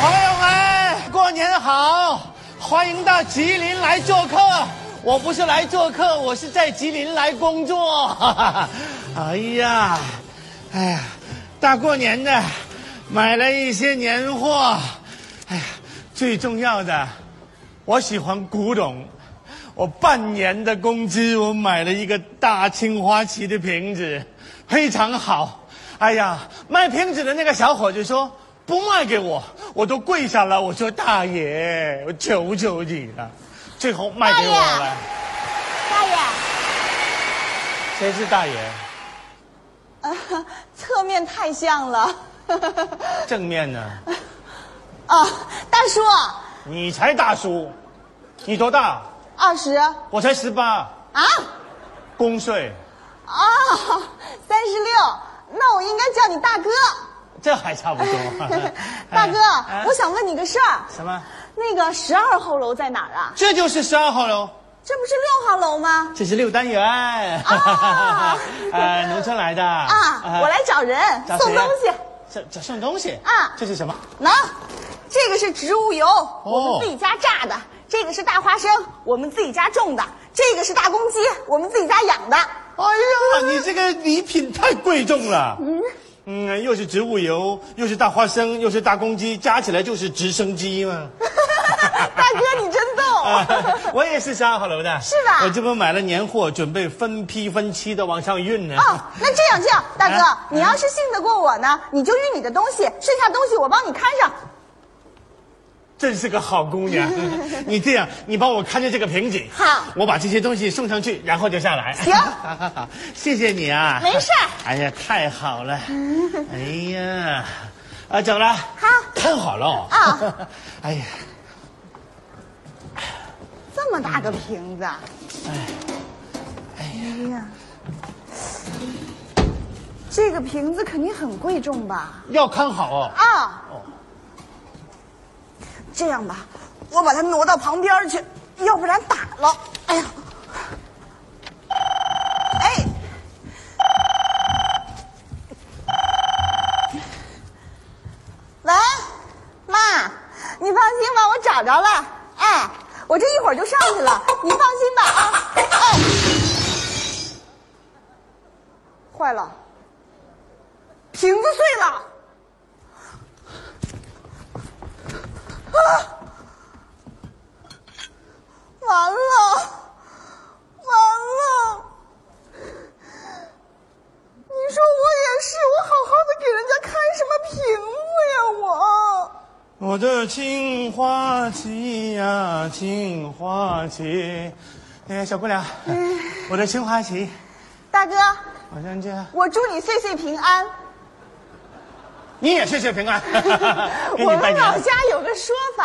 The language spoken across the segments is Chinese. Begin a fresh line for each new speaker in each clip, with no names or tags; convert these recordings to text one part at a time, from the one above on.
朋友们，过年好！欢迎到吉林来做客。我不是来做客，我是在吉林来工作。 哎呀，哎呀，大过年的，买了一些年货。哎呀，最重要的，我喜欢古董。我半年的工资，我买了一个大青花瓷的瓶子，非常好。哎呀，卖瓶子的那个小伙子说不卖给我，我都跪下了。我说大爷，我求求你了，最后卖给我
大爷
了。
大爷，
谁是大爷？
啊， 侧面太像了。
正面呢？
啊，大叔，
你才大叔，你多大？
二十啊
我才十八，公岁，
啊，三十六，那我应该叫你大 哥。。
这还差不多
大哥
哎，
我想问你个事儿，
什么？
那个十二号楼在哪儿啊？
这就是十二号楼。
这不是六号楼吗？
这是六单元，
啊
呃，农村来的呃
啊，我来找人
哎找
送
谁啊
东西，
这这送东西
啊
这是什么？
能。这个是植物油，
哦
我们自己家榨的；这个是大花生，我们自己家种的；这个是大公鸡，我们自己家养的。
哎呀，你这个礼品太贵重了。嗯嗯，又是植物油，又是大花生，又是大公鸡，加起来就是直升机嘛。 呃
大哥，你真逗。
我也是十二号楼的，
是吧
我这不买了年货，准备分批分期的往上运呢。
哦，那这样这样，大哥
啊，
你要是信得过我呢，你就运你的东西，剩下东西我帮你看上。
真是个好姑 娘，你这样，你帮我看着这个瓶颈，
好
我把这些东西送上去，然后就下来。
行
好好好， 谢谢你啊，
没事儿嗯
哎呀，太好了，哎呀，啊，走了，好看好了哦
啊，
哎呀，
这么大个瓶子，哎呀，这个瓶子肯定很贵重吧？
要看好哦，
啊，这样吧，我把它挪到旁边去，要不然打了。哎呀，哎，喂，妈，你放心吧，我找着了。哎，我这一会儿就上去了，你放心吧啊。哎，坏了，瓶子碎了。完了，完了！你说我也是，我好好的给人家看什么瓶子呀？我
我的青花瓷呀，青花瓷，那个小姑娘，
嗯
我的青花瓷，
大哥，
好像这样，
我祝你岁岁平安。
你也谢谢平 安， 给
我
你拜
们
年
老家有个说法，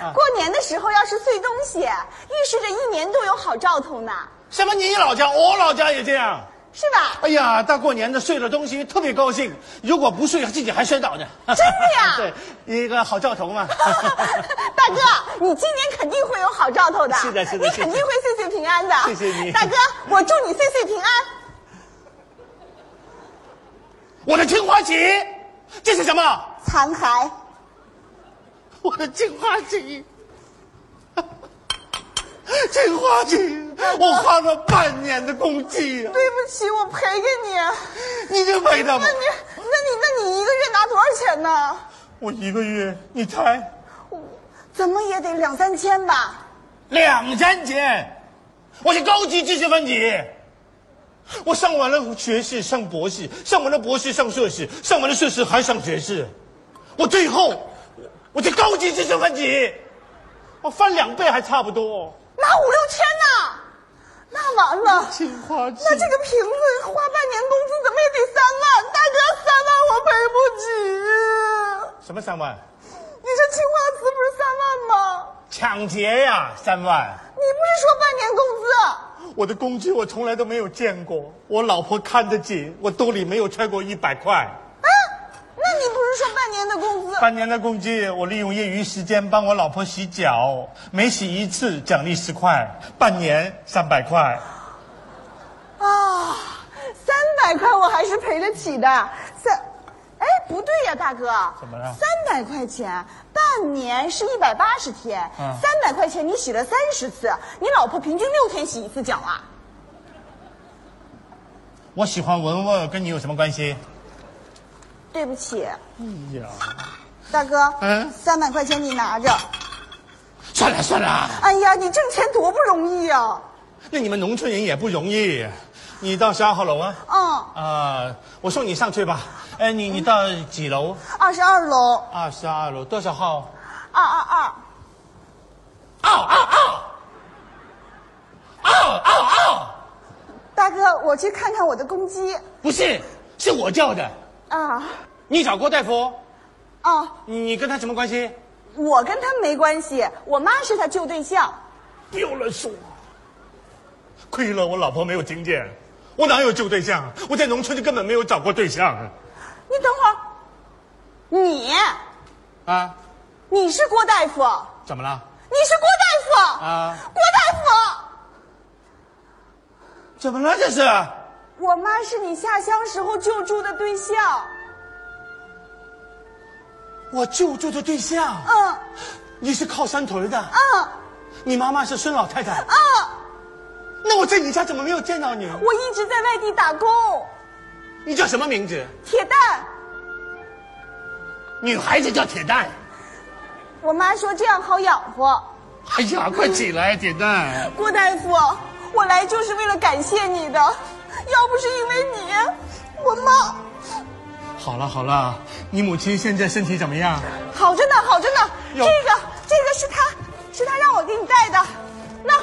啊
过年的时候要是碎东西，预示着一年都有好兆头呢，
什么？你老家，我老家也这样。
是吧？
哎呀，大过年的碎了东西，特别高兴。如果不碎，自己还摔倒呢。真
的呀
对，一个好兆头嘛。
大哥，你今年肯定会有好兆头的，
是的是的
你
是的
肯定会岁岁平安的。
谢谢你
大哥，我祝你岁岁平安。
我的青花瓷，这是什么？
残骸。
我的青花瓷， 青花瓷，我花了半年的工资啊，
对不起，我赔给你。啊
你就赔了吗
那？你，那你，那你一个月拿多少钱呢？
我一个月，你猜，
怎么也得两三千吧？
两三千，我是高级知识分子。我上完了学士，上博士，上完了博士，上硕士，上完了硕士还上学士，我最后，我是高级知识分子，我翻两倍还差不多。
拿五六千呢？那完了，
青花瓷，
那这个瓶子花半年工资怎么也得三万？大哥，三万我赔不起。
什么三万？
你这青花瓷不是三万吗？
抢劫呀、三万！
你不是说半年工资？啊
我的工资我从来都没有见过，我老婆看得紧，我兜里没有揣过一百块。
啊？那你不是说半年的工资？
半年的工资，我利用业余时间帮我老婆洗脚，每洗一次奖励十块，半年三百块。
啊，三百块我还是赔得起的。三，哎，不对呀、大哥，
怎么了
三百块钱，半半年是一百八十天，
嗯
三百块钱你洗了三十次，你老婆平均六天洗一次脚啊？
我喜欢文文，跟你有什么关系？
对不起，
哎呀，
大哥，
嗯
三百块钱你拿着。
算了算了，
哎呀，你挣钱多不容易啊！
那你们农村人也不容易。你到十二号楼啊？
嗯，
啊、我送你上去吧。哎，你你到几楼？
二十二楼，
二十二楼多少号？
二二二。
嗷嗷嗷！嗷嗷嗷！
大哥，我去看看我的公鸡。
不是，是我叫的。
啊
你找郭大夫？
啊，
你你跟他什么关系？
我跟他没关系，我妈是他旧对象。
不要乱说。亏了我老婆没有经验，我哪有旧对象？我在农村就根本没有找过对象。
你等会儿，你
啊？
你是郭大夫，你
怎么了？
是郭大夫
啊
郭大夫，
怎么了这是？
我妈是你下乡时候救助的对象。
我救助的对象，
嗯
你是靠山屯的，
嗯
你妈妈是孙老太太。
嗯，
那我在你家怎么没有见到你？
我一直在外地打工，
你叫什么名字？
铁蛋。
女孩子叫铁蛋。
我妈说这样好养活。
哎呀，快起来，铁蛋！
郭大夫，我来就是为了感谢你的，要不是因为你，我妈
好了好了，你母亲现在身体怎么样？
好着呢，好着呢。这
哟
个这个是他，是他让我给你带的。那，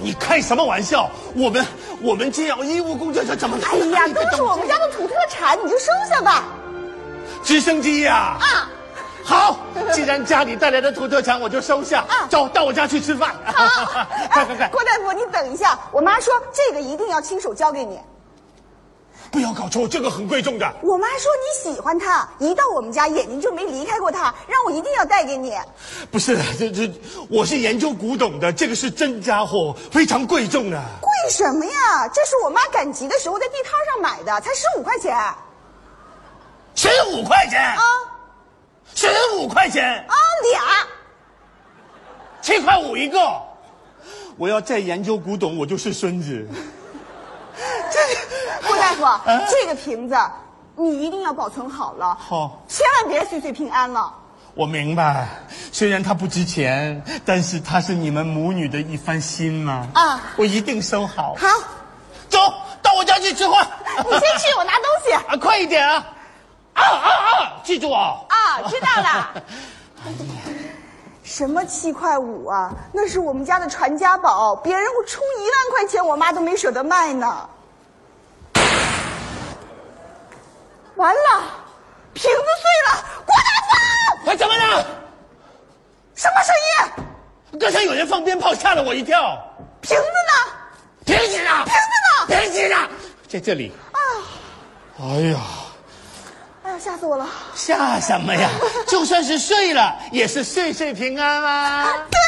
你开什么玩笑？我们我们这样医务工作者怎么
哎
能
呀，都是我们家的土特产，你就收下吧。
直升机呀、
啊，
好，既然家里带来的土特产，我就收下。
啊
走，到我家去吃饭。。
好
快快快，
郭大夫，你等一下，我妈说这个一定要亲手交给你。
不要搞错，这个很贵重的。
我妈说你喜欢它，一到我们家眼睛就没离开过它，让我一定要带给你。
不是，这这，我是研究古董的，这个是真家伙，非常贵重的。
贵什么呀？这是我妈赶集的时候在地摊上买的，才十五块钱啊
十五块钱，
啊！
十五块钱。
俩，
七块五一个。我要再研究古董，我就是孙子。
郭大夫，
嗯
这个瓶子你一定要保存好了，
好
千万别岁岁平安了。
我明白，虽然它不值钱，但是它是你们母女的一番心嘛。
啊
我一定收好。
好，
走到我家去吃饭。
你先去，我拿东西。
啊，快一点啊！啊啊啊！记住啊！
啊，知道了。哎什么七块五啊？那是我们家的传家宝，别人我出一万块钱，我妈都没舍得卖呢。完了，瓶子碎了！郭大夫，
喂，哎怎么了？
什么声音？
刚才有人放鞭炮，吓了我一跳。
瓶子呢？
停止啊！
瓶子呢？
停止啊！在这里。
啊！
哎呀，
哎呀，吓死我了！
吓什么呀？就算是睡了，也是岁岁平安啦、
对